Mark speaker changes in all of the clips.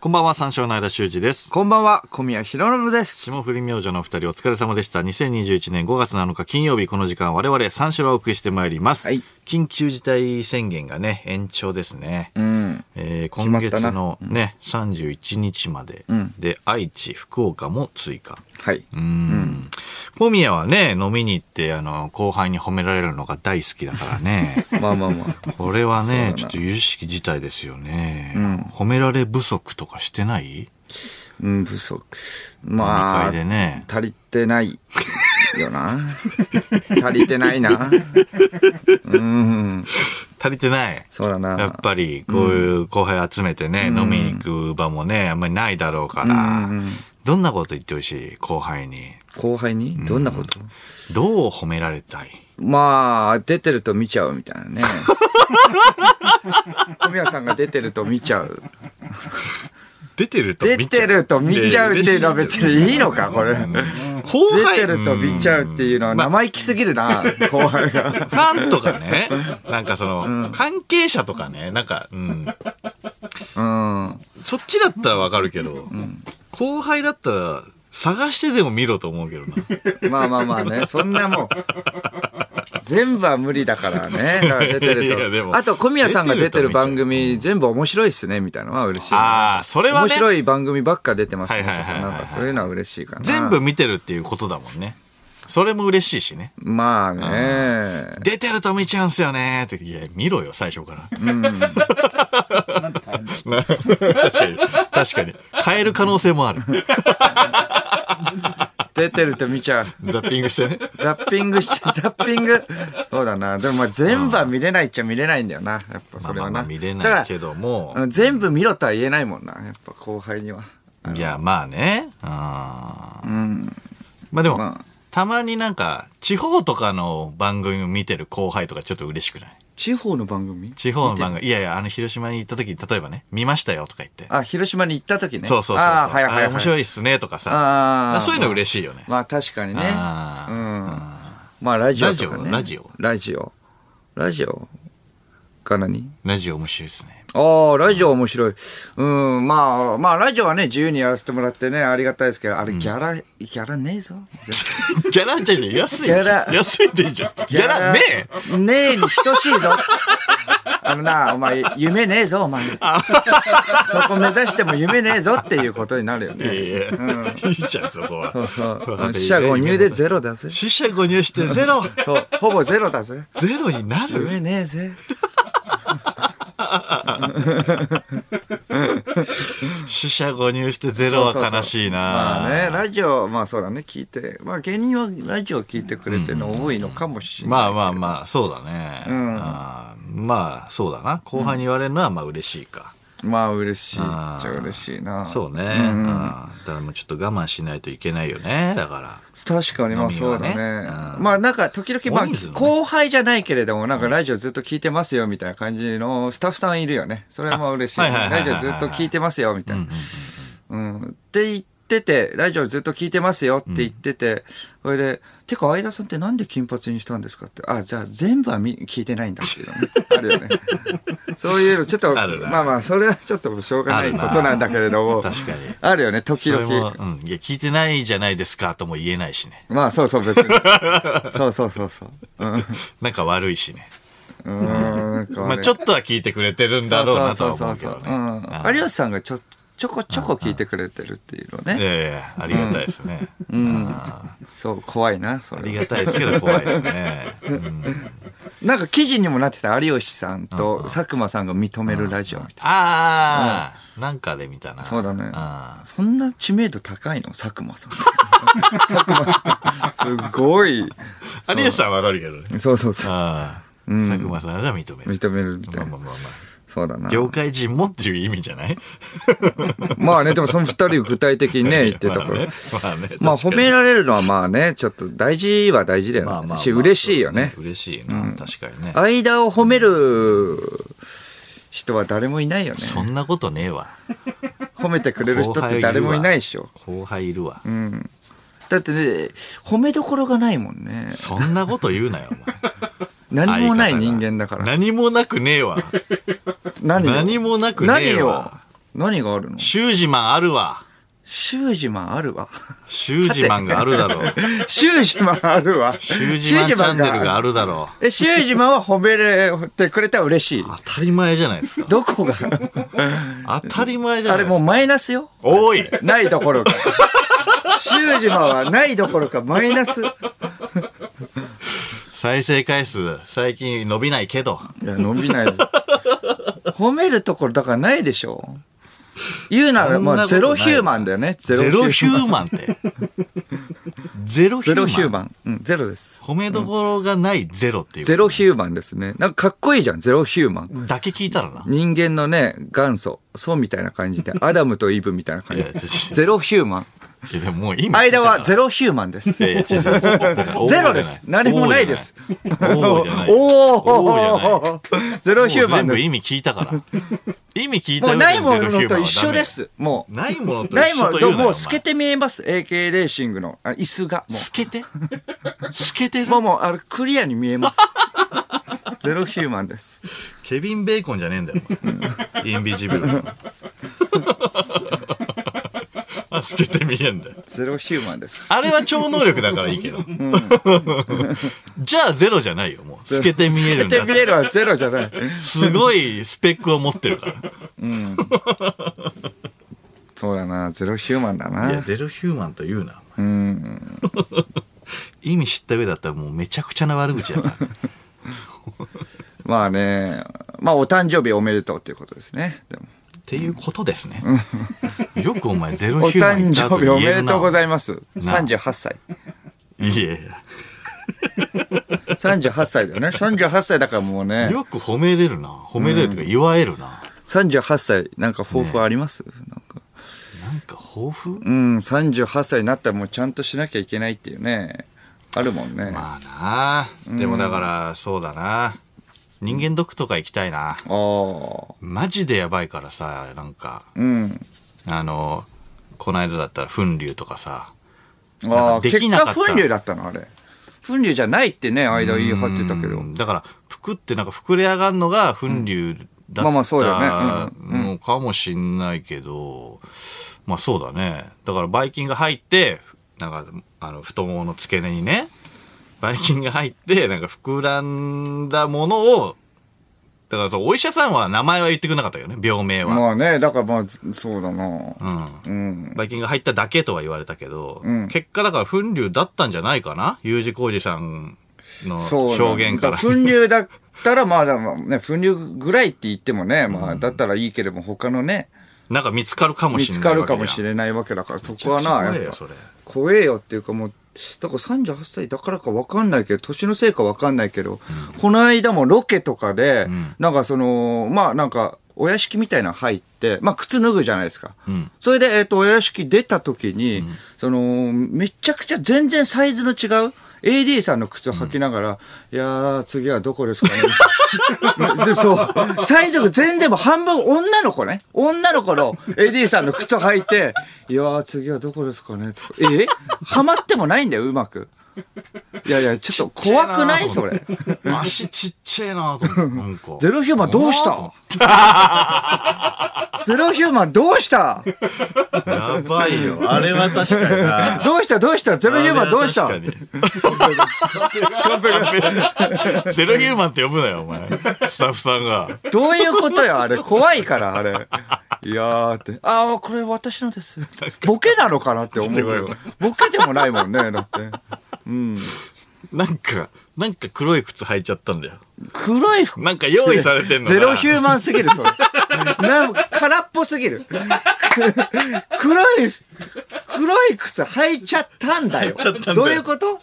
Speaker 1: こんばんは、三照の間修二です。
Speaker 2: こんばんは、小宮弘信です。
Speaker 1: 霜降り明星のお二人お疲れ様でした。2021年5月7日金曜日、この時間我々三四郎をお送りしてまいります。
Speaker 2: はい
Speaker 1: 緊急事態宣言がね、延長ですね。
Speaker 2: うん。
Speaker 1: えー
Speaker 2: 決ま
Speaker 1: 今
Speaker 2: ったな
Speaker 1: 月のね、31日まで、で、愛知、福岡も追加。
Speaker 2: はい。
Speaker 1: うん。小宮はね、飲みに行って、あの、後輩に褒められるのが大好きだから ね。
Speaker 2: まあまあまあ。
Speaker 1: これは
Speaker 2: そうだ
Speaker 1: ね、
Speaker 2: な
Speaker 1: ちょっと有識事態ですよね。
Speaker 2: ん
Speaker 1: 褒められ不足とかしてない
Speaker 2: うん、不足。
Speaker 1: 飲
Speaker 2: ま
Speaker 1: み
Speaker 2: あ、
Speaker 1: 会でね。
Speaker 2: 足りてないよな。足りてないな。うん。
Speaker 1: 足りてない。
Speaker 2: そうだな。
Speaker 1: やっぱり、こういう後輩集めてね、飲みに行く場もね、あんまりないだろうから、
Speaker 2: うん
Speaker 1: どんなこと言ってほしい後輩に。
Speaker 2: 後輩にどんなこと、
Speaker 1: どう褒められたい
Speaker 2: まあ、出てると見ちゃうみたいな ね。小宮さんが出てると見ちゃう。
Speaker 1: 出てると
Speaker 2: 出てると見ちゃうっていうのは別にいいのか、これ。
Speaker 1: 後輩
Speaker 2: 出てると見ちゃうっていうのは生意気すぎるな、後輩 が。
Speaker 1: ファンとかね、 なんかその、関係者とかね、なんか、うん、
Speaker 2: うん。
Speaker 1: そっちだったらわかるけど、後輩だったら、探してでも見ろと思う けどな。
Speaker 2: まあまあまあ ね、そんなもう、全部は無理だからね、だから出て
Speaker 1: いやで
Speaker 2: る
Speaker 1: も
Speaker 2: と。あと、小宮さんが出てる番
Speaker 1: 出
Speaker 2: 組、全部面白いっすね、みたいなのは嬉しいな。
Speaker 1: ああ、それは
Speaker 2: 面
Speaker 1: ね、
Speaker 2: 白い番組ばっか出てますね、と
Speaker 1: はいはいはい
Speaker 2: か、
Speaker 1: はいはい
Speaker 2: なんかそういうのは嬉しいかな。
Speaker 1: 全部。見てるっていうことだもんね。それも嬉しいしね。
Speaker 2: まあね。
Speaker 1: 出てると見ちゃうんすよねーって。いや、見ろよ、最初から。 な確かに。確かに。変える可能性もある。
Speaker 2: 出てると見ちゃう。
Speaker 1: ザッピングしてね。
Speaker 2: ザッピ ングし、ザッピング。そうだな。でもまあ全部は見れないっちゃ見れないんだよな。やっぱ
Speaker 1: ま
Speaker 2: そ
Speaker 1: あ
Speaker 2: れ
Speaker 1: まあ
Speaker 2: は
Speaker 1: まあ
Speaker 2: な。
Speaker 1: 見れないけ
Speaker 2: ど。
Speaker 1: ども。
Speaker 2: うん全部見ろとは言えないもんな。やっぱ後輩には。
Speaker 1: いや、まあね。あーまあでも、
Speaker 2: まあ
Speaker 1: たまになんか、地方とかの番組を見てる後輩とかちょっと嬉しくない
Speaker 2: 地方の番組
Speaker 1: 地方の番組、いやいや、あの、広島に行った時に、例えばね、見ましたよとか言って。
Speaker 2: あ、広島に行った時ね。
Speaker 1: そうそうそうそう。
Speaker 2: あーはいはいは
Speaker 1: あ
Speaker 2: い。
Speaker 1: 面白いっすねとか
Speaker 2: あ
Speaker 1: さ。
Speaker 2: ー
Speaker 1: そういうの嬉しいよね。
Speaker 2: まあ確かにね。うん。
Speaker 1: あ
Speaker 2: まあラジオとかね。
Speaker 1: ラジオ
Speaker 2: ラジオ。ラジオか何
Speaker 1: ラジオ面白いっすね。
Speaker 2: ああ、ラジオ面白い。うん、まあ、まあ、ラジオはね、自由にやらせてもらってね、ありがたいですけど、あれ、ギャラ、ギャラねえぞ。
Speaker 1: ギャラじゃじゃ安い。
Speaker 2: ギャラ
Speaker 1: 安いっていいじゃん。ギャラねえ
Speaker 2: えねえに等しいぞ。あのな、お前、夢ねえぞ、お前。そこ目指しても夢ねえぞっていうことになるよ
Speaker 1: いや
Speaker 2: ね。
Speaker 1: いや、いいじゃん、そこは。
Speaker 2: そうそう。
Speaker 1: ん
Speaker 2: 死者誤入でゼロだぜ。
Speaker 1: 死者誤入してゼロ
Speaker 2: そう、ほぼゼロ だぜ。
Speaker 1: ゼロになる
Speaker 2: 夢ねえぜ。
Speaker 1: 死者誤入してゼロは悲しい
Speaker 2: ま
Speaker 1: な
Speaker 2: あね、ラジオ、まあそうだね、聞いて。まあ芸人はラジオ聞いてくれてるの多いのかもしれない。
Speaker 1: まあまあまあ、そうだね。あーまあ、そうだな。後輩に言われるのは、まあ嬉しいか。
Speaker 2: まあ嬉しい。じ
Speaker 1: あ
Speaker 2: ゃ
Speaker 1: ー
Speaker 2: あ嬉しいな。
Speaker 1: そうね。
Speaker 2: ん
Speaker 1: あーだからもうちょっと我慢しないといけないよね。だから。
Speaker 2: 確かに、まあそうだね
Speaker 1: 飲みはね。うん
Speaker 2: まあなんか時々、
Speaker 1: 多
Speaker 2: ま
Speaker 1: いですよ
Speaker 2: あ
Speaker 1: ね
Speaker 2: 後輩じゃないけれども、なんかラジオずっと聞いてますよみたいな感じのスタッフさんいるよね。それはまあ嬉しい。
Speaker 1: あはいはいはいは
Speaker 2: ラ
Speaker 1: い
Speaker 2: ジオずっと聞いてますよみたいな。うん。って言ってて、ラジオずっと聞いてますよって言ってて、それで、てか、相田さんってなんで金髪にしたんですかって。あ、じゃあ全部は見聞いてないんだっていうのね。あるよ ね。そういうの、ちょっと、
Speaker 1: あるな
Speaker 2: まあまあ、それはちょっとしょうがないことなんだけれども。
Speaker 1: 確かに
Speaker 2: あるよね、時
Speaker 1: それも、
Speaker 2: 々。
Speaker 1: うん。いや、聞いてないじゃないですかとも言えないしね。
Speaker 2: まあそうそ う別に。そうそうそうそう。うん。う
Speaker 1: なんか悪いしね。
Speaker 2: ーん。なんか
Speaker 1: まあ、ちょっとは聞いてくれてるんだろうなとは思うけどね。
Speaker 2: うん。有吉さんがちょ、ちょこちょこ聞いてくれてるっていうの
Speaker 1: い
Speaker 2: ね。
Speaker 1: やいや、ありがたいですね。
Speaker 2: そう、怖いな、そ
Speaker 1: あり
Speaker 2: れは。
Speaker 1: がたいですけど怖いですね。うん
Speaker 2: なんか記事にもなってた有吉さんと佐久間さんが認めるラジオみたいな。
Speaker 1: ああ、なんかで見たな。
Speaker 2: そうだね
Speaker 1: あ
Speaker 2: そんな知名度高いの佐久 間さん。佐久間、すごい。
Speaker 1: ー有吉さんはわかるけどね。
Speaker 2: そうそうそう。
Speaker 1: ああ、佐久間さんが認める。
Speaker 2: 認めるみた
Speaker 1: まあ
Speaker 2: い
Speaker 1: まあ
Speaker 2: な。
Speaker 1: まあま
Speaker 2: そうだな
Speaker 1: あ。。業界人もっていう意味じゃない
Speaker 2: まあね、でもその二人を具体 的にね、言ってたから。
Speaker 1: まあね。
Speaker 2: まあ褒められるのはまあね、ちょっと大事は大事だよね。
Speaker 1: まあまあまあ
Speaker 2: し、嬉しいよね。
Speaker 1: 嬉しいな。確かにね。
Speaker 2: 間を褒める人は誰もいないよね。
Speaker 1: そんなことねえわ。
Speaker 2: 褒めてくれる人って誰もいないでしょ。
Speaker 1: 後輩いるわ。
Speaker 2: だってね、褒めどころがないもんね。
Speaker 1: そんなこと言うなよ、お前。
Speaker 2: 何もない
Speaker 1: 相方
Speaker 2: 人
Speaker 1: が
Speaker 2: 間だから。
Speaker 1: 何もなくねえわ。
Speaker 2: 何を
Speaker 1: 何もなくねえわ。
Speaker 2: 何があるの
Speaker 1: シュージマンあるわ。
Speaker 2: シュージマンある わ。
Speaker 1: シュージマンがあるだろう。
Speaker 2: シュージマンあるわ。
Speaker 1: シュージマンチャンネルがあ
Speaker 2: る。
Speaker 1: るだろ。。
Speaker 2: え、シュージマンは褒めれてくれたら嬉しいう
Speaker 1: 当たり前じゃないですか。
Speaker 2: ど こが
Speaker 1: 当たり前じゃ
Speaker 2: あ
Speaker 1: な
Speaker 2: れ
Speaker 1: いです
Speaker 2: もう
Speaker 1: か。
Speaker 2: マイナスよ。
Speaker 1: おい
Speaker 2: ないどころか。シュージマンはないどころかマイナス。い
Speaker 1: 再生回数、最近伸びないけど。
Speaker 2: や、伸びない。褒めるところだからないでしょ。言うなら、
Speaker 1: そんなこと
Speaker 2: ま
Speaker 1: な
Speaker 2: あ、
Speaker 1: い
Speaker 2: ゼロヒューマンだよね。ゼ
Speaker 1: ゼ
Speaker 2: ロ
Speaker 1: ロヒ
Speaker 2: ヒュ
Speaker 1: ュ
Speaker 2: ーマン。
Speaker 1: ーマンって。ゼロヒュー
Speaker 2: ゼ
Speaker 1: マ
Speaker 2: ロ
Speaker 1: ン。
Speaker 2: ヒューマン。うん、ゼロです。
Speaker 1: 褒めどころがないゼロっていう。
Speaker 2: ゼロヒューマンですね。なんかかっこいいじゃん、ゼロヒューマン。
Speaker 1: だけ聞いたらな。
Speaker 2: 人間のね、元祖、そうみたいな感じ で、アダムとイブみたいな感
Speaker 1: いや、ちょ
Speaker 2: じ。ゼロヒューマン。
Speaker 1: いやでももう今。
Speaker 2: 間はゼロヒューマンです。
Speaker 1: いやいや違う違うだから王じ
Speaker 2: ゼ
Speaker 1: ゃな
Speaker 2: ロ
Speaker 1: い
Speaker 2: です。何もないです。
Speaker 1: 王じゃない。
Speaker 2: お
Speaker 1: 王じゃない
Speaker 2: おゼロヒューマン
Speaker 1: もう全部
Speaker 2: です。
Speaker 1: 意味聞いたから。意味聞いた
Speaker 2: もう
Speaker 1: 上で
Speaker 2: ないも
Speaker 1: ゼロヒュ
Speaker 2: の
Speaker 1: ーマ
Speaker 2: と
Speaker 1: ンは
Speaker 2: 一緒
Speaker 1: ダ
Speaker 2: で
Speaker 1: メ。
Speaker 2: す。もう。
Speaker 1: ないものと
Speaker 2: ない
Speaker 1: 一緒
Speaker 2: も
Speaker 1: とい
Speaker 2: の
Speaker 1: う
Speaker 2: と、
Speaker 1: のは
Speaker 2: もう透けて見えます。AK レーシングの、あ椅子が。も
Speaker 1: 透けて透けて
Speaker 2: う、
Speaker 1: る
Speaker 2: もう、もうあれ、クリアに見えます。 ゼロヒューマンです。
Speaker 1: ケビン・ベーコンじゃねえんだよ。お 前インビジブル。あ透けて見えんだよ。
Speaker 2: ゼロヒューマンです。
Speaker 1: あれは超能力だからいいけど。 じゃあゼロじゃないよ、もう。透けて見えるん
Speaker 2: 透
Speaker 1: だ
Speaker 2: け
Speaker 1: ってた
Speaker 2: 見え
Speaker 1: ら。
Speaker 2: るはゼロじゃない。
Speaker 1: すごいスペックを持ってるから。
Speaker 2: そうだな、ゼロヒューマンだ
Speaker 1: いや、
Speaker 2: な。
Speaker 1: ゼロヒューマンと言うな、お前意味知った上だったらもうめちゃくちゃな悪口だから。
Speaker 2: まあね、まあお誕生日おめでとうっていうことですね。でも
Speaker 1: っていうことですね。よくお前ゼロ
Speaker 2: お
Speaker 1: ヒューマン言っ
Speaker 2: 誕
Speaker 1: た後
Speaker 2: 生
Speaker 1: に
Speaker 2: 日お
Speaker 1: 言え
Speaker 2: め
Speaker 1: る
Speaker 2: で
Speaker 1: な。
Speaker 2: とうございます。
Speaker 1: な
Speaker 2: 38歳。
Speaker 1: いやいや
Speaker 2: 38歳だよね。38歳だからもうね、
Speaker 1: よく褒めれるな。褒めれるとか言わえるな。
Speaker 2: 38歳、なんか抱負あります、なんか。
Speaker 1: なんか抱負
Speaker 2: うん、38歳になったらもうちゃんとしなきゃいけないっていうね。あるもんね。あ
Speaker 1: まあなでもだから、そうだな。人間ドックとか行きたいな。
Speaker 2: あー。
Speaker 1: マジでやばいからさ、なんか、
Speaker 2: うん。
Speaker 1: あの、この間だったら、粉流とかさ。
Speaker 2: あ
Speaker 1: な
Speaker 2: あ、
Speaker 1: んかで
Speaker 2: 結
Speaker 1: きなか
Speaker 2: 果
Speaker 1: った
Speaker 2: 粉流だったのあれ。粉流じゃないってね、間言い張ってたけ
Speaker 1: う
Speaker 2: ど。
Speaker 1: んだから、ぷくってなんか膨れ上がるのが粉流だ
Speaker 2: まあまあ
Speaker 1: っ
Speaker 2: そうだよ
Speaker 1: た
Speaker 2: ね
Speaker 1: のかもしんないけど、まあそうだね。だから、ばい菌が入って、なんか、あの、太ももの付け根にね、ばい菌が入って、なんか膨らんだものを、だからそう、お医者さんは名前は言ってくれなかったよね、病名は。
Speaker 2: まあね、だからまあ、そうだな。
Speaker 1: うん。
Speaker 2: うん。
Speaker 1: バイキンが入っただけとは言われたけど、結果だから粉流だったんじゃないかな ?U 字工事さんの
Speaker 2: そう
Speaker 1: 証言から。
Speaker 2: だ粉流だったら、まあ、だからね、粉流ぐらいって言ってもね、まあ、だったらいいけれども、他のね、
Speaker 1: なんか見つかるかも
Speaker 2: 見
Speaker 1: しれ
Speaker 2: つ
Speaker 1: ない
Speaker 2: か
Speaker 1: わけじゃん。
Speaker 2: るかもしれないわけだから、そこは
Speaker 1: めちゃ
Speaker 2: な、
Speaker 1: くちゃ怖い
Speaker 2: や
Speaker 1: よ
Speaker 2: っぱ
Speaker 1: それ。
Speaker 2: 怖えよっていうかもう、だから38歳だからかわかんないけど、年のせいかわかんないけど、この間もロケとかで、なんかその、まあなんか、お屋敷みたいなの入って、まあ靴脱ぐじゃないですか。
Speaker 1: ん
Speaker 2: それで、えっ、と、お屋敷出た時に、その、めちゃくちゃ全然サイズの違う、AD さんの靴を履きながら、いやー、次はどこですかね。 でそう。サイズが全然もう半分女の子ね。女の子の AD さんの靴履いて、いやー、次はどこですかね。とかえハマってもないんだよ、うまく。いやいや、ちょっと怖くないそれ。。
Speaker 1: 足ちっちゃいなと思って。なんか。
Speaker 2: ゼロヒューマンどう したゼロヒューマンどうした
Speaker 1: やばいよ。 あれは確かにな。
Speaker 2: どうしたどうしたゼロヒューマンどう した
Speaker 1: あれは確かにゼロヒューマンって呼ぶなよ、お前。スタッフさんが。
Speaker 2: どういうことよ、あれ。怖いから、あれ。いやーって。ああ、これ私のです。ボケなのかなって思うよ。ボケでもないもんね、だって。
Speaker 1: なんか、なんか黒い靴履いちゃったんだよ。
Speaker 2: 黒い服。
Speaker 1: なんか用意されてんのか
Speaker 2: ゼ
Speaker 1: な
Speaker 2: ロヒューマンすぎる、それ。なんか空っぽすぎる。く黒い、黒い靴履いちゃったんだよ。
Speaker 1: ゃったんだよ
Speaker 2: どういうこと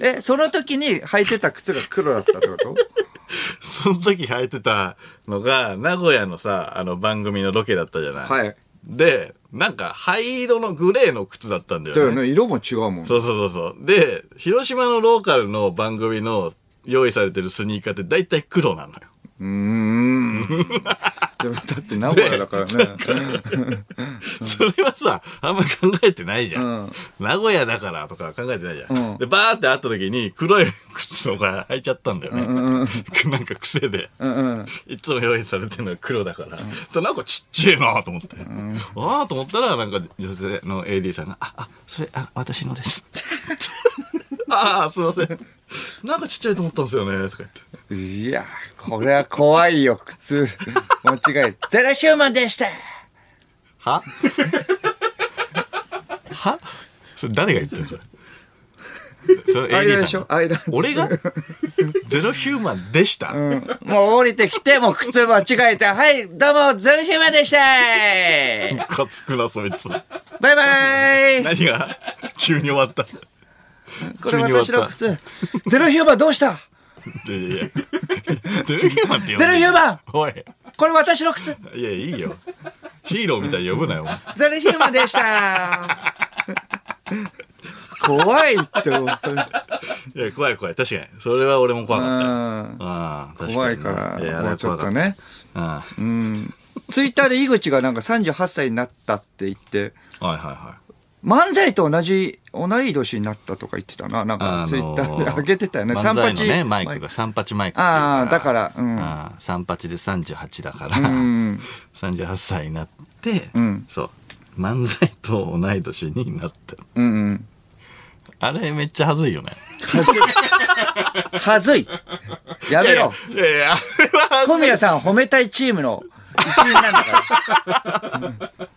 Speaker 2: え、その時に履いてた靴が黒だったってこと
Speaker 1: その時履いてたのが、名古屋のさ、あの番組のロケだったじゃない。
Speaker 2: はい。
Speaker 1: で、なんか灰色のグレーの靴だったんだよ
Speaker 2: だ
Speaker 1: ね。
Speaker 2: よね、色も違うもん。
Speaker 1: そうそうそうそう。で、広島のローカルの番組の用意されてるスニーカーって大体黒なのよ。
Speaker 2: うーん。でもだって名古屋だから ね。
Speaker 1: それはさ、あんまり考えてないじゃん。
Speaker 2: うん
Speaker 1: 名古屋だからとか考えてないじゃん。
Speaker 2: うん
Speaker 1: で、バーって会った時に黒い靴のが履いちゃったんだよね。 なんか癖で。
Speaker 2: うんうん。
Speaker 1: いつも用意されてるのは黒だから、そうなんかちっちゃいなと思って、ああと思ったらなんか女性の AD さんが「ああそれあ私の です」ああすいませんなんかちっちゃいと思ったんですよね」とか言って
Speaker 2: いや、これは怖いよ、 靴。間違え。ゼロヒューマンでした
Speaker 1: 「 ははそれ誰が言ってるそれそれ
Speaker 2: 間
Speaker 1: AD
Speaker 2: で
Speaker 1: さ
Speaker 2: し
Speaker 1: ん
Speaker 2: ょ
Speaker 1: が
Speaker 2: 間。
Speaker 1: 俺がゼロヒューマンでした、
Speaker 2: うんもう降りてきても靴間違えて、はい、どうも、ゼロヒューマンでした
Speaker 1: ムカつくなそいつ
Speaker 2: バイバイ
Speaker 1: 何が急に終わった
Speaker 2: これ私の靴。ゼロヒューマンどうした
Speaker 1: いやいやいやゼロヒューマンって呼んで
Speaker 2: ゼロヒューマン
Speaker 1: おい
Speaker 2: これ私の靴。
Speaker 1: いや、いいよ。ヒーローみたいに呼ぶなよ。お前
Speaker 2: ゼロヒューマンでした怖いって思うそれ
Speaker 1: いや、怖い怖い。確かに。それは俺も怖かったよ。
Speaker 2: うん
Speaker 1: ああ、確かに。
Speaker 2: 怖いから、
Speaker 1: いや、あれ
Speaker 2: もう
Speaker 1: は
Speaker 2: ちょ
Speaker 1: 怖
Speaker 2: っ
Speaker 1: か
Speaker 2: と
Speaker 1: った。
Speaker 2: ね。
Speaker 1: うん。はいうは
Speaker 2: ん。ツイッターで井口がなんか38歳になったって言って、
Speaker 1: いはい。
Speaker 2: 漫才と同じ、同い年になったとか言ってたな。なん
Speaker 1: あ
Speaker 2: かツイッターで
Speaker 1: の
Speaker 2: 上げてたよね。
Speaker 1: 漫才のね、
Speaker 2: 38
Speaker 1: マイクが三八マイクっていう。
Speaker 2: ああ、だから、う。
Speaker 1: うんん。三八で三十八だから、
Speaker 2: ん
Speaker 1: 三十八歳になって
Speaker 2: ん、
Speaker 1: そう。漫才と同い年になった。
Speaker 2: うんうん。
Speaker 1: あれめっちゃはずいよね。
Speaker 2: はずいやめろ
Speaker 1: いやいや、あれは
Speaker 2: 小宮さん褒めたいチームの一員なんだから。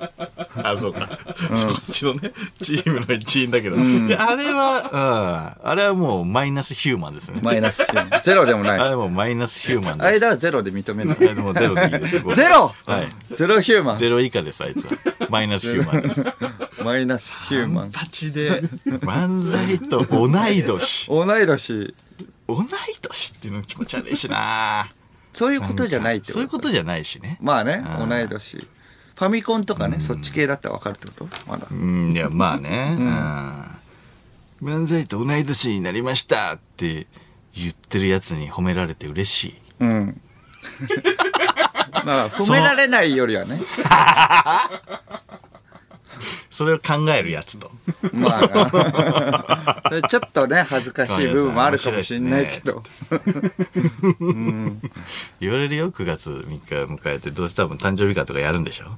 Speaker 1: あ、そうか。そっちのね、チームの一員だけど。いやあれは、うん。あれはもうマイナスヒューマンですね。
Speaker 2: マイナスチーム。ゼロでも
Speaker 1: あ
Speaker 2: ない。
Speaker 1: れもうマイナスヒューマンです。
Speaker 2: 間はゼロで認めない
Speaker 1: い。やでもゼロでいいです。僕
Speaker 2: ゼロ
Speaker 1: はい。
Speaker 2: ゼロヒューマ
Speaker 1: ゼロ以下です、あいつは。マイナスヒューマンです。
Speaker 2: ン。マイナスヒューマン。
Speaker 1: パチで、漫才と同い年。
Speaker 2: 同い年。
Speaker 1: 同い年っていうの気持ち悪いしな
Speaker 2: そういうことじゃないってこ
Speaker 1: そういう
Speaker 2: と
Speaker 1: ことじゃないしね。
Speaker 2: まあね、
Speaker 1: うん
Speaker 2: 同い年。ファミコンとかね、そっち系だったらわかるってことまだ。
Speaker 1: うん、いや、まあね。うん。漫才と同い年になりましたって言ってるやつに褒められて嬉しい。
Speaker 2: うん。まあ、褒められないよりはね。
Speaker 1: それを考えるやつと。
Speaker 2: まあ、それ ちょっとね、恥ずかしい部分もあるかもしれないけど。
Speaker 1: 言われるよ、9月3日迎えて、どうせ多分誕生日会とかやるんでしょ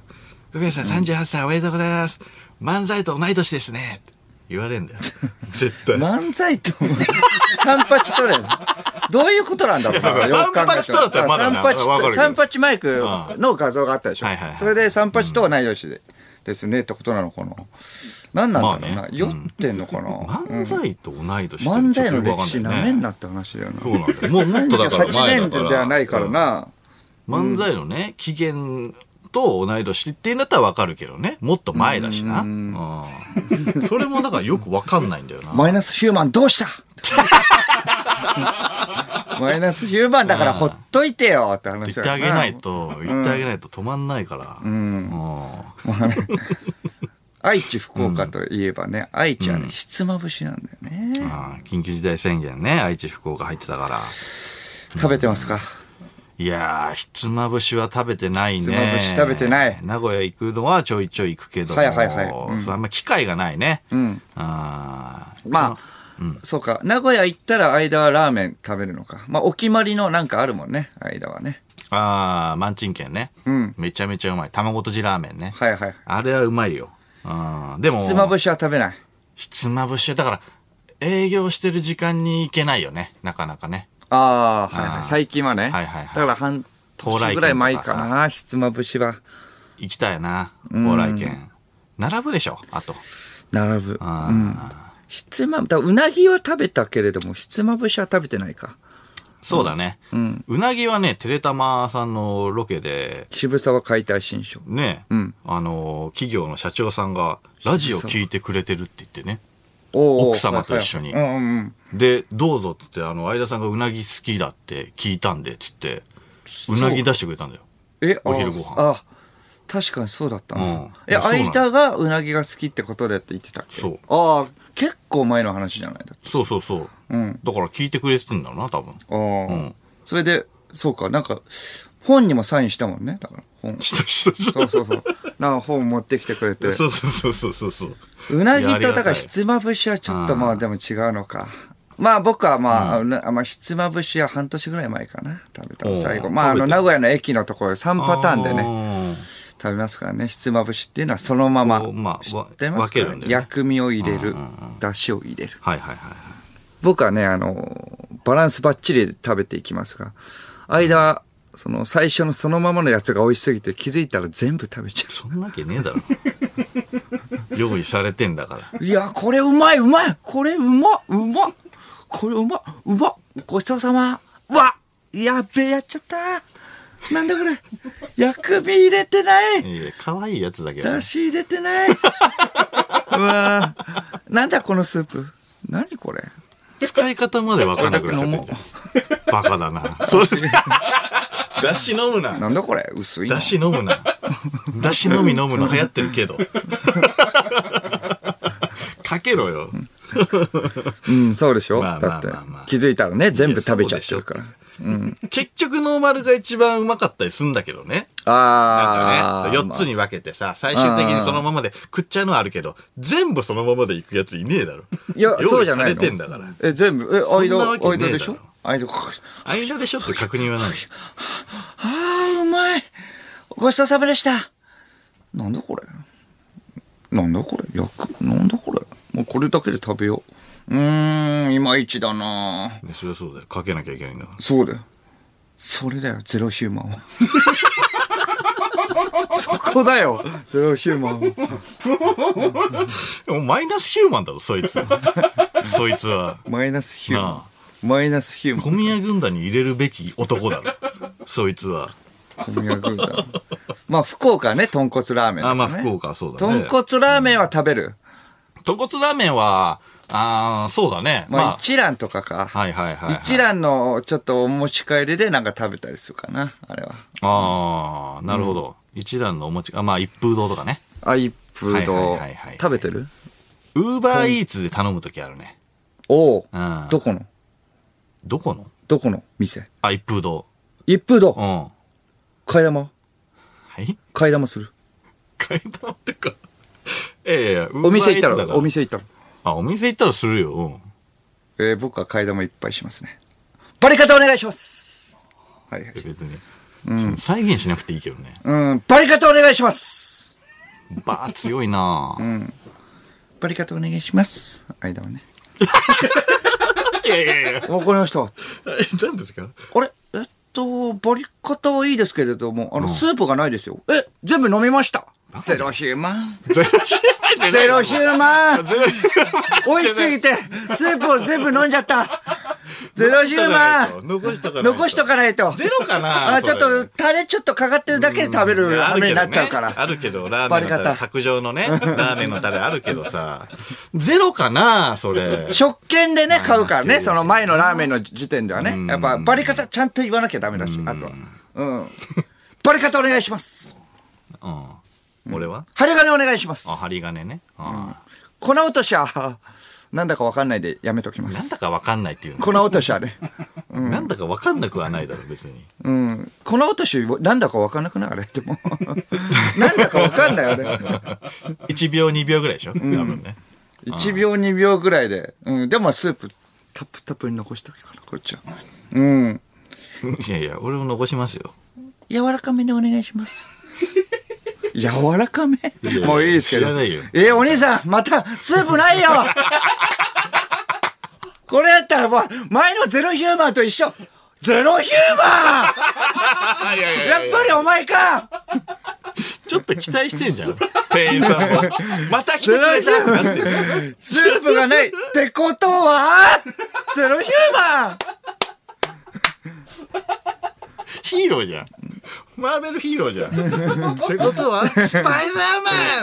Speaker 1: 久宮さん38歳おめでとうございます。漫才と同い年ですね。って言われ んだよ。絶対。
Speaker 2: 漫才と、三八取れん。どういうことなんだろう
Speaker 1: いやそう
Speaker 2: な。
Speaker 1: そう
Speaker 2: よく考え
Speaker 1: 三八取れたらまだな
Speaker 2: あ三八
Speaker 1: わかるけど
Speaker 2: 三八マイクの画像があったでしょ。
Speaker 1: うんはいはいはい
Speaker 2: それで三八とはないよしで。ですね、ってことなのかな。何なんだろうな。
Speaker 1: まあね
Speaker 2: 酔ってんのかな。
Speaker 1: 漫才と同い年って
Speaker 2: 漫才の
Speaker 1: ちょっとよく
Speaker 2: 歴
Speaker 1: わか
Speaker 2: 史
Speaker 1: ん
Speaker 2: な
Speaker 1: ない
Speaker 2: めん
Speaker 1: ね
Speaker 2: なって話だよな。
Speaker 1: そうなんだよ。もうもっとだから前だ
Speaker 2: 38
Speaker 1: から。
Speaker 2: 年ではないから
Speaker 1: うん
Speaker 2: な。
Speaker 1: 漫才のね、起源と同い年っていうんだったらわかるけどね。もっと前だしな。うんそれもだからよくわかんないんだよな。
Speaker 2: マイナスヒューマンど うしたマイナスヒューマンだからほっといてよって
Speaker 1: 言っ
Speaker 2: 話だ
Speaker 1: て
Speaker 2: よ
Speaker 1: あげないと、言ってあげないと止まんないから。うん。
Speaker 2: 愛知、福岡といえばね、愛知はね、ひつまぶしなんだよね。
Speaker 1: ああ緊急事態宣言ね、愛知、福岡入ってたから。
Speaker 2: 食べてますか
Speaker 1: いやー、ひつまぶしは食べてないね。
Speaker 2: ひつまぶし食べてない
Speaker 1: 名古屋行くのはちょいちょい行くけども。
Speaker 2: はいはいはいうん
Speaker 1: そうあんま機会がないね。
Speaker 2: ん
Speaker 1: ああ。
Speaker 2: まあ、そうか。名古屋行ったら間はラーメン食べるのか。まあ、お決まりのなんかあるもんね、間はね。
Speaker 1: ああ、マンチンケンね。
Speaker 2: うん
Speaker 1: めちゃめちゃうまい。卵とじラーメンね。
Speaker 2: はいはい。
Speaker 1: あれはうまいよ。うん。でも、
Speaker 2: ひつまぶしは食べない。
Speaker 1: ひつまぶしは、だから、営業してる時間に行けないよね。なかなかね。
Speaker 2: ああ、はいは
Speaker 1: あー
Speaker 2: い。最近はね。
Speaker 1: はいはいはい
Speaker 2: だから半年ぐらい前かな、ひつまぶしは。
Speaker 1: 行きたいな。蓬莱県。並ぶでしょ、あと。
Speaker 2: 並ぶ。
Speaker 1: あ
Speaker 2: うん。
Speaker 1: あ
Speaker 2: ひつまぶ、だからうなぎは食べたけれども、ひつまぶしは食べてないか。
Speaker 1: そうだね、うなぎはね、テレタマさんのロケで、
Speaker 2: 渋沢解体新書。
Speaker 1: ね、
Speaker 2: うん
Speaker 1: あのー、企業の社長さんが、ラジオ聞いてくれてるって言ってね。
Speaker 2: おー
Speaker 1: 奥様と一緒に
Speaker 2: はいはいうんうんうん。
Speaker 1: で、どうぞって言って、あの、相田さんがうなぎ好きだって聞いたんで、つって、う
Speaker 2: う
Speaker 1: なぎ出してくれたんだよ。
Speaker 2: え、
Speaker 1: お昼ご飯
Speaker 2: ああ、確かにそうだったな。
Speaker 1: うん
Speaker 2: いや、
Speaker 1: そうなの
Speaker 2: 間がうなぎが好きってことでって言ってたっけ
Speaker 1: そう
Speaker 2: ああ、結構前の話じゃないだって
Speaker 1: そうそうそう。
Speaker 2: うん。
Speaker 1: だから聞いてくれてるんだろうな、多分。
Speaker 2: ああ、
Speaker 1: うん
Speaker 2: それで、そうか、なんか、本にもサインしたもんね、だから、 本。
Speaker 1: したしたし
Speaker 2: そうそうそう。なんか本持ってきてくれて
Speaker 1: た。。そうそうそうそうそう。
Speaker 2: うなぎ
Speaker 1: いやあ
Speaker 2: と、
Speaker 1: りがた
Speaker 2: だ
Speaker 1: い
Speaker 2: から、ひつまぶしはちょっとまあでも違うのか。まあ僕はまあ、うなまあ、ひつまぶしは半年ぐらい前かな。食べたの
Speaker 1: おう
Speaker 2: 最後。まああ
Speaker 1: 食
Speaker 2: の、
Speaker 1: べた
Speaker 2: 名古屋の駅のところ3パターンでね、
Speaker 1: ね。
Speaker 2: 食べますからね。ひつまぶしっていうのはそのまま
Speaker 1: こうまあわ。
Speaker 2: 知ってますか
Speaker 1: 分けるんだよね
Speaker 2: 薬味を入れる
Speaker 1: うんうんう。
Speaker 2: だしを入れる。
Speaker 1: はいはいはいはい。
Speaker 2: 僕はね、あの、バランスバッチリ食べていきますが、間、その最初のそのままのやつが美味しすぎて気づいたら全部食べちゃ
Speaker 1: そんなわけねえだろ。 用意されてんだから。
Speaker 2: う。いや、これうまいうまいこれうまうまこれうまうまごちそうさまうわやっべえやっちゃったなんだこれ薬味入れてない
Speaker 1: いや、可愛いやつだけどね。
Speaker 2: だし入れてないうわなんだこのスープ何これ
Speaker 1: 使い方まで分かんなくなっちゃってんじゃん。バカだな。それ で、だし飲むな。
Speaker 2: なんだこれ薄いな
Speaker 1: だし飲むな。だし飲み飲むの流行ってるけ ど。かけろよ。
Speaker 2: うん、そうでしょ、
Speaker 1: まあまあ
Speaker 2: だって、
Speaker 1: まあまあ
Speaker 2: 気づいたらね、全部食べちゃってるから。
Speaker 1: 結局ノーマルが一番うまかったりすんだけどね。
Speaker 2: あ
Speaker 1: な
Speaker 2: あ
Speaker 1: んかね、4つに分けてさ、最終的にそのままで食っちゃうのはあるけど、全部そのままでいくやついねえだろ。
Speaker 2: いや、そうじゃな
Speaker 1: 用
Speaker 2: い
Speaker 1: 意
Speaker 2: の。
Speaker 1: されてんだから。
Speaker 2: え、全部、え、
Speaker 1: そんな
Speaker 2: 間、
Speaker 1: わけねえだろ
Speaker 2: 間でしょ間、こ
Speaker 1: 間でしょって確認はない。
Speaker 2: ああ、うまいごちそうさまでしたなんだこれなんだこれ焼くなんだこれもうこれだけで食べよう。うーん、いまいちだな
Speaker 1: そりゃそうだよ。かけなきゃいけないんだから。
Speaker 2: そうだよ。それだよ、ゼロヒューマンは。 そこだよ、ゼロヒューマンは。
Speaker 1: もうマイナスヒューマンだろ、そい つ。そいつは。
Speaker 2: マイナスヒューマ
Speaker 1: な
Speaker 2: ン。マイナスヒューマン
Speaker 1: 小。宮軍団に入れるべき男だろ。そいつは。
Speaker 2: 小宮軍団。まあ、福岡ね、豚骨ラーメン、ね。
Speaker 1: あ、まあ、福岡はそうだ
Speaker 2: 豚
Speaker 1: ね。
Speaker 2: 骨ラーメンは食べる。
Speaker 1: 豚骨ラーメンは、ああ、そうだね。
Speaker 2: まあ、
Speaker 1: ま
Speaker 2: 一蘭とかか。
Speaker 1: あ、はいはいはい、はい。
Speaker 2: 一蘭のちょっとお持ち帰りでなんか食べたりするかな、あれは。
Speaker 1: ああ、なるほど。一蘭のお餅、あ、まあ、一風堂とかね。
Speaker 2: あ、一風
Speaker 1: はい
Speaker 2: 堂
Speaker 1: はいはいはい。
Speaker 2: 食べてる
Speaker 1: ウーバーイーツで頼むときあるね。
Speaker 2: おお、
Speaker 1: うん
Speaker 2: どこの
Speaker 1: どこの
Speaker 2: どこの店
Speaker 1: あ、一風堂。
Speaker 2: 一風
Speaker 1: うん。
Speaker 2: 堂
Speaker 1: は
Speaker 2: 替え玉
Speaker 1: い
Speaker 2: 替え玉する。
Speaker 1: 買い玉ってか。ええ、
Speaker 2: お店行った
Speaker 1: Uber Eats だから
Speaker 2: お店行ったら。
Speaker 1: あ、お店行ったらするよ。うん。
Speaker 2: えー僕は替え玉いっぱいしますね。バリカタお願いしますはいはい
Speaker 1: いや。別に。その再現しなくていいけどね。
Speaker 2: うん、バリカタお願いします
Speaker 1: バー強いなぁ。
Speaker 2: バリカタお願いします。間はね。
Speaker 1: いやいやいや。
Speaker 2: わかりました。
Speaker 1: え何ですか
Speaker 2: あれえっと、バリカタはいいですけれども、あの、スープがないですよ。え、全部飲みました。ゼロヒューマン。
Speaker 1: ゼロヒューマン
Speaker 2: ゼロヒューマン。美味しすぎて、スープを全部飲んじゃった。ゼロヒューマン。
Speaker 1: 残しとかないと
Speaker 2: 残しとかないと。
Speaker 1: ゼロかな
Speaker 2: あ、ちょっ
Speaker 1: それ
Speaker 2: と、タレちょっとかかってるだけで食べる
Speaker 1: あ
Speaker 2: 羽
Speaker 1: る
Speaker 2: 目
Speaker 1: け
Speaker 2: にな
Speaker 1: ど
Speaker 2: っちゃう
Speaker 1: ね
Speaker 2: か。ら。
Speaker 1: あるけど、ラーメンの
Speaker 2: バリ
Speaker 1: タ
Speaker 2: カ
Speaker 1: レ、
Speaker 2: タ
Speaker 1: 白状の ね、ラーメンのタレあるけどさ、ゼロかなそれ。
Speaker 2: 食券でね、買うから
Speaker 1: ま
Speaker 2: ね、
Speaker 1: あ
Speaker 2: その前のラーメンの時点ではね。やっぱ、バリカタちゃんと言わなきゃダメだし、あとは。うん。バリカタお願いします。
Speaker 1: うん。俺は
Speaker 2: 針金お願いします
Speaker 1: あ、。針金ね。あ
Speaker 2: 粉落としは、なんだかわかんないでやめときま
Speaker 1: なん
Speaker 2: す。
Speaker 1: だかわかんないっていう
Speaker 2: 粉
Speaker 1: の。
Speaker 2: 落としはね。
Speaker 1: なんだかわかんなくはないだろ、別に。
Speaker 2: うん。粉落とし、なんだかわかんなくないあれでも。 なんだかわかんないあれ。
Speaker 1: 1秒、2秒ぐらいでしょ多分ね。
Speaker 2: 1秒、2秒ぐらいで。うん。でもスープ、たっぷたっぷに残しておけから、こっちは。うん。
Speaker 1: いやいや、俺も残しますよ。
Speaker 2: 柔らかめでお願いします。 柔らかめ
Speaker 1: やいや
Speaker 2: もういいですけど。
Speaker 1: 知らないよ
Speaker 2: えーお兄さん、また、スー プないよこれやったら、もう、前のゼロヒューマンと一緒。ゼロヒューマン
Speaker 1: いやい
Speaker 2: やっぱりお前か
Speaker 1: ちょっと期待してんじゃん。店員さんも。また来て
Speaker 2: ゼ
Speaker 1: く
Speaker 2: ロ
Speaker 1: れ
Speaker 2: ヒュ
Speaker 1: た
Speaker 2: ー
Speaker 1: っ
Speaker 2: マ
Speaker 1: てなってる。
Speaker 2: ンスープがないってことはゼロヒューマン
Speaker 1: ヒーローじゃん。マーベルヒーローじゃん。 ってことは、スパイダ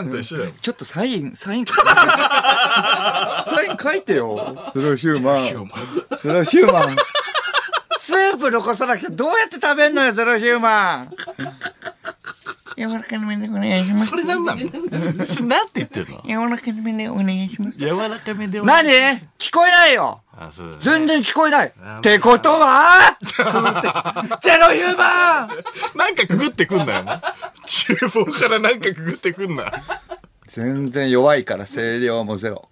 Speaker 1: ーマンと一緒だよ。
Speaker 2: ちょっとサイン、サイン書いて。サイン書いてよ。ゼロヒューマン。ゼロヒューマン。スープ残さなきゃどうやって食べんのよ、ゼロヒューマン。柔らかめでお願いします
Speaker 1: そ。れなんなのそれなんて言ってんの
Speaker 2: 柔らかめでお願いします。
Speaker 1: 柔らかめでお願い
Speaker 2: 何聞こえないよ
Speaker 1: あ、そうだね。
Speaker 2: 全然聞こえない
Speaker 1: あ
Speaker 2: ってこと はってゼロヒューマン
Speaker 1: なんかくぐってくんなよ。厨房からなんかくぐってくんな。
Speaker 2: 全然弱いから声量もゼロ。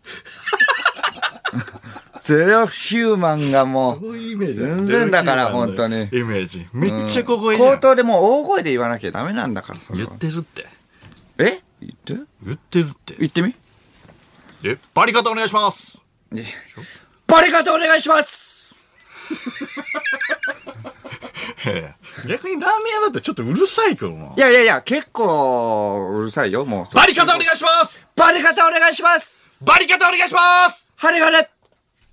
Speaker 2: ゼロヒューマンがも
Speaker 1: こう
Speaker 2: う、
Speaker 1: いうイメージ
Speaker 2: 全然だから本当に
Speaker 1: イメージ。めっちゃ小声じゃ
Speaker 2: 口
Speaker 1: ん。
Speaker 2: 頭でもう大声で言わなきゃダメなんだから、それ
Speaker 1: 言っ
Speaker 2: は。
Speaker 1: てるって。
Speaker 2: え言って
Speaker 1: 言ってるって。
Speaker 2: 言ってみ
Speaker 1: え、バリ方お願いします。
Speaker 2: バリカタお願いします。
Speaker 1: へえ逆にラーメン屋だってちょっとうるさいけどない
Speaker 2: やいやいや、結構うるさいよ、もう。
Speaker 1: バリ方お願いします
Speaker 2: バリカタお願いします
Speaker 1: バリ方お願いします
Speaker 2: 針金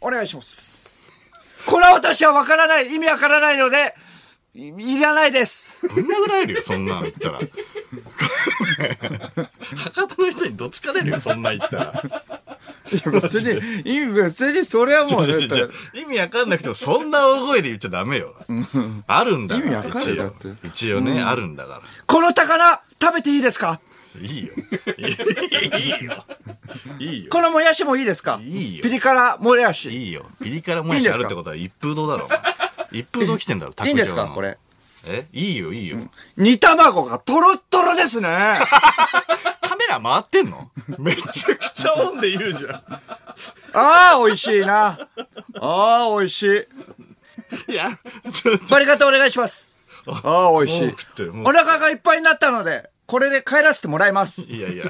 Speaker 2: お願いしますこの私はわからない、意味わからないので、いいらないです
Speaker 1: ぶん殴られるよ、そんなん言ったら。博多の人にどつかれるよ、そんなん言ったら。
Speaker 2: 別に、意味別にそれはもう、だって
Speaker 1: 違う意味わかんなくても、そんな大声で言っちゃダメよ。あるんだから
Speaker 2: 意味わかる
Speaker 1: 一
Speaker 2: だっ
Speaker 1: 応
Speaker 2: て。
Speaker 1: 一応ね、あるんだか。
Speaker 2: この宝食べていいですから
Speaker 1: いいよ。いいよ。いいよ。
Speaker 2: このもやしもいいですか
Speaker 1: いいよ
Speaker 2: ピリ辛もやし。い
Speaker 1: いいよ。ピリ辛もやしあるってことは一風堂だろ。お前一風堂来てんだろ、
Speaker 2: いんです
Speaker 1: 卓上
Speaker 2: か
Speaker 1: の
Speaker 2: これ。。
Speaker 1: えいいよ、いいよ。
Speaker 2: 煮卵がトロットロ ですね
Speaker 1: カメラ回ってんのめちゃくちゃオンで言うじゃ
Speaker 2: ああ、美味しいな。ああ、美味しい。
Speaker 1: ん。いや、
Speaker 2: バリカタお願いします。ああ、美味し
Speaker 1: もう
Speaker 2: い
Speaker 1: 食ってる。もう
Speaker 2: お腹がいっぱいになったので、これで帰らせてもらいます。
Speaker 1: いやいや、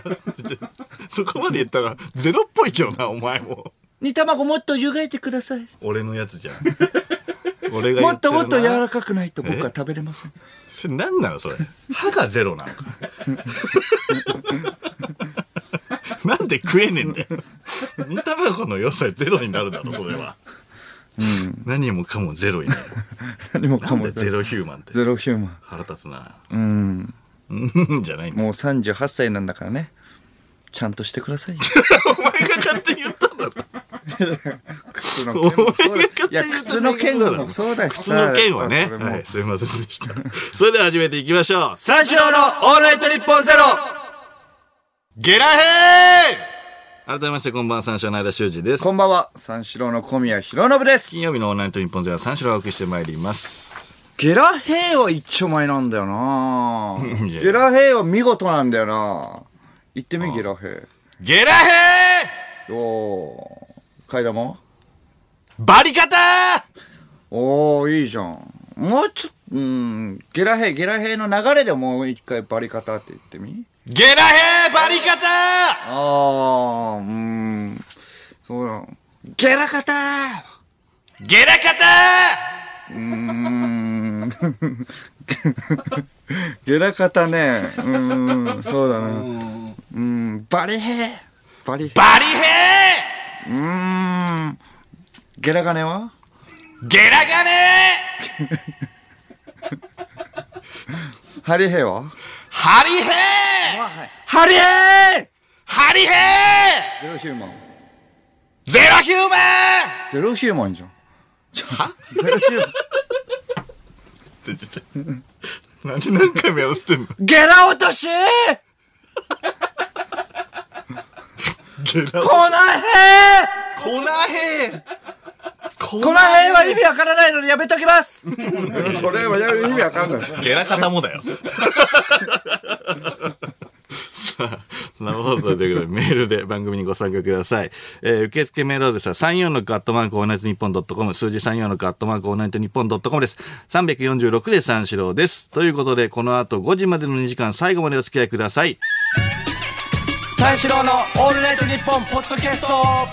Speaker 1: そこまで言ったらゼロっぽいけどな、お前も。
Speaker 2: 煮卵もっと湯がいてください。
Speaker 1: 俺のやつじゃん。俺が言
Speaker 2: も
Speaker 1: ってるな
Speaker 2: っともっと柔らかくないと僕は食べれません。
Speaker 1: それ何なのそれ。歯がゼロなのか。なんで食えねえんだよ。煮卵の良さゼロになるだろ、それは。何もかもゼロになる。
Speaker 2: 何も
Speaker 1: なんでゼロヒューマンって。
Speaker 2: ゼロヒューマン。
Speaker 1: 腹立つな。
Speaker 2: うん。
Speaker 1: うん、じゃないんだ。
Speaker 2: もう38歳なんだからね。ちゃんとしてくだ さいよ。
Speaker 1: お前が勝手に言ったんだろ。
Speaker 2: 靴の
Speaker 1: お前が勝手に言
Speaker 2: いや、靴の剣
Speaker 1: だろ。
Speaker 2: もそうだし
Speaker 1: 靴の剣はね。
Speaker 2: それも
Speaker 1: はい、すいませんでした。 それでは始めていきましょう。
Speaker 2: 三四郎のオールナイトニッポンゼロ
Speaker 1: ゲラヘー改めまして、こんばんは、三四郎の間修二です。
Speaker 2: こんばんは、三四郎の小宮弘信です
Speaker 1: 金。曜日のオンラインと日本では三四郎をお送りしてまいります。
Speaker 2: ゲラヘイは一丁前なんだよな
Speaker 1: いや
Speaker 2: ゲラヘイは見事なんだよな行ってみ、ゲラヘ
Speaker 1: ゲラヘ
Speaker 2: イ。おー。階段も
Speaker 1: ーバリカタ
Speaker 2: おー、いいじゃん。もうちょっと、うん、ゲラヘイ、ゲラヘイの流れでもう一回バリカタって言ってみ
Speaker 1: ゲラヘーバリカタ
Speaker 2: あー、うーん。そうだ。ゲラカター
Speaker 1: ゲラカタ
Speaker 2: ゲラカタね。うーん、そうだな。うーん、バリヘイバリヘイ
Speaker 1: バリヘ
Speaker 2: うーん。ゲラガネは
Speaker 1: ーゲラガネ
Speaker 2: ハリヘイは
Speaker 1: ハリヘー
Speaker 2: ハリヘイ
Speaker 1: ハリヘ
Speaker 2: ゼロヒューマン。
Speaker 1: ーゼロヒューマン
Speaker 2: ゼロヒューマンじゃん。
Speaker 1: は
Speaker 2: ゼロヒューマン。
Speaker 1: ちょちょちょ。何何回もやらせてんの
Speaker 2: ゲラ落 とし
Speaker 1: ゲラ
Speaker 2: コナヘイ
Speaker 1: コナヘーコ
Speaker 2: コナヘイは意味わからないのでやめときます それはやる意味わかんない。
Speaker 1: ゲラ方もだよ。さあ、生放送ということで、メールで番組にご参加ください。えー受付メールアドレスは34のカットマークオールナイトニッポンドットコム、数字34のカットマークオールナイトニッポンドットコムです。346で三四郎です。ということで、この後5時までの2時間、最後までお付き合いください。
Speaker 2: 三四郎のオールナイトニッポンポッドキャスト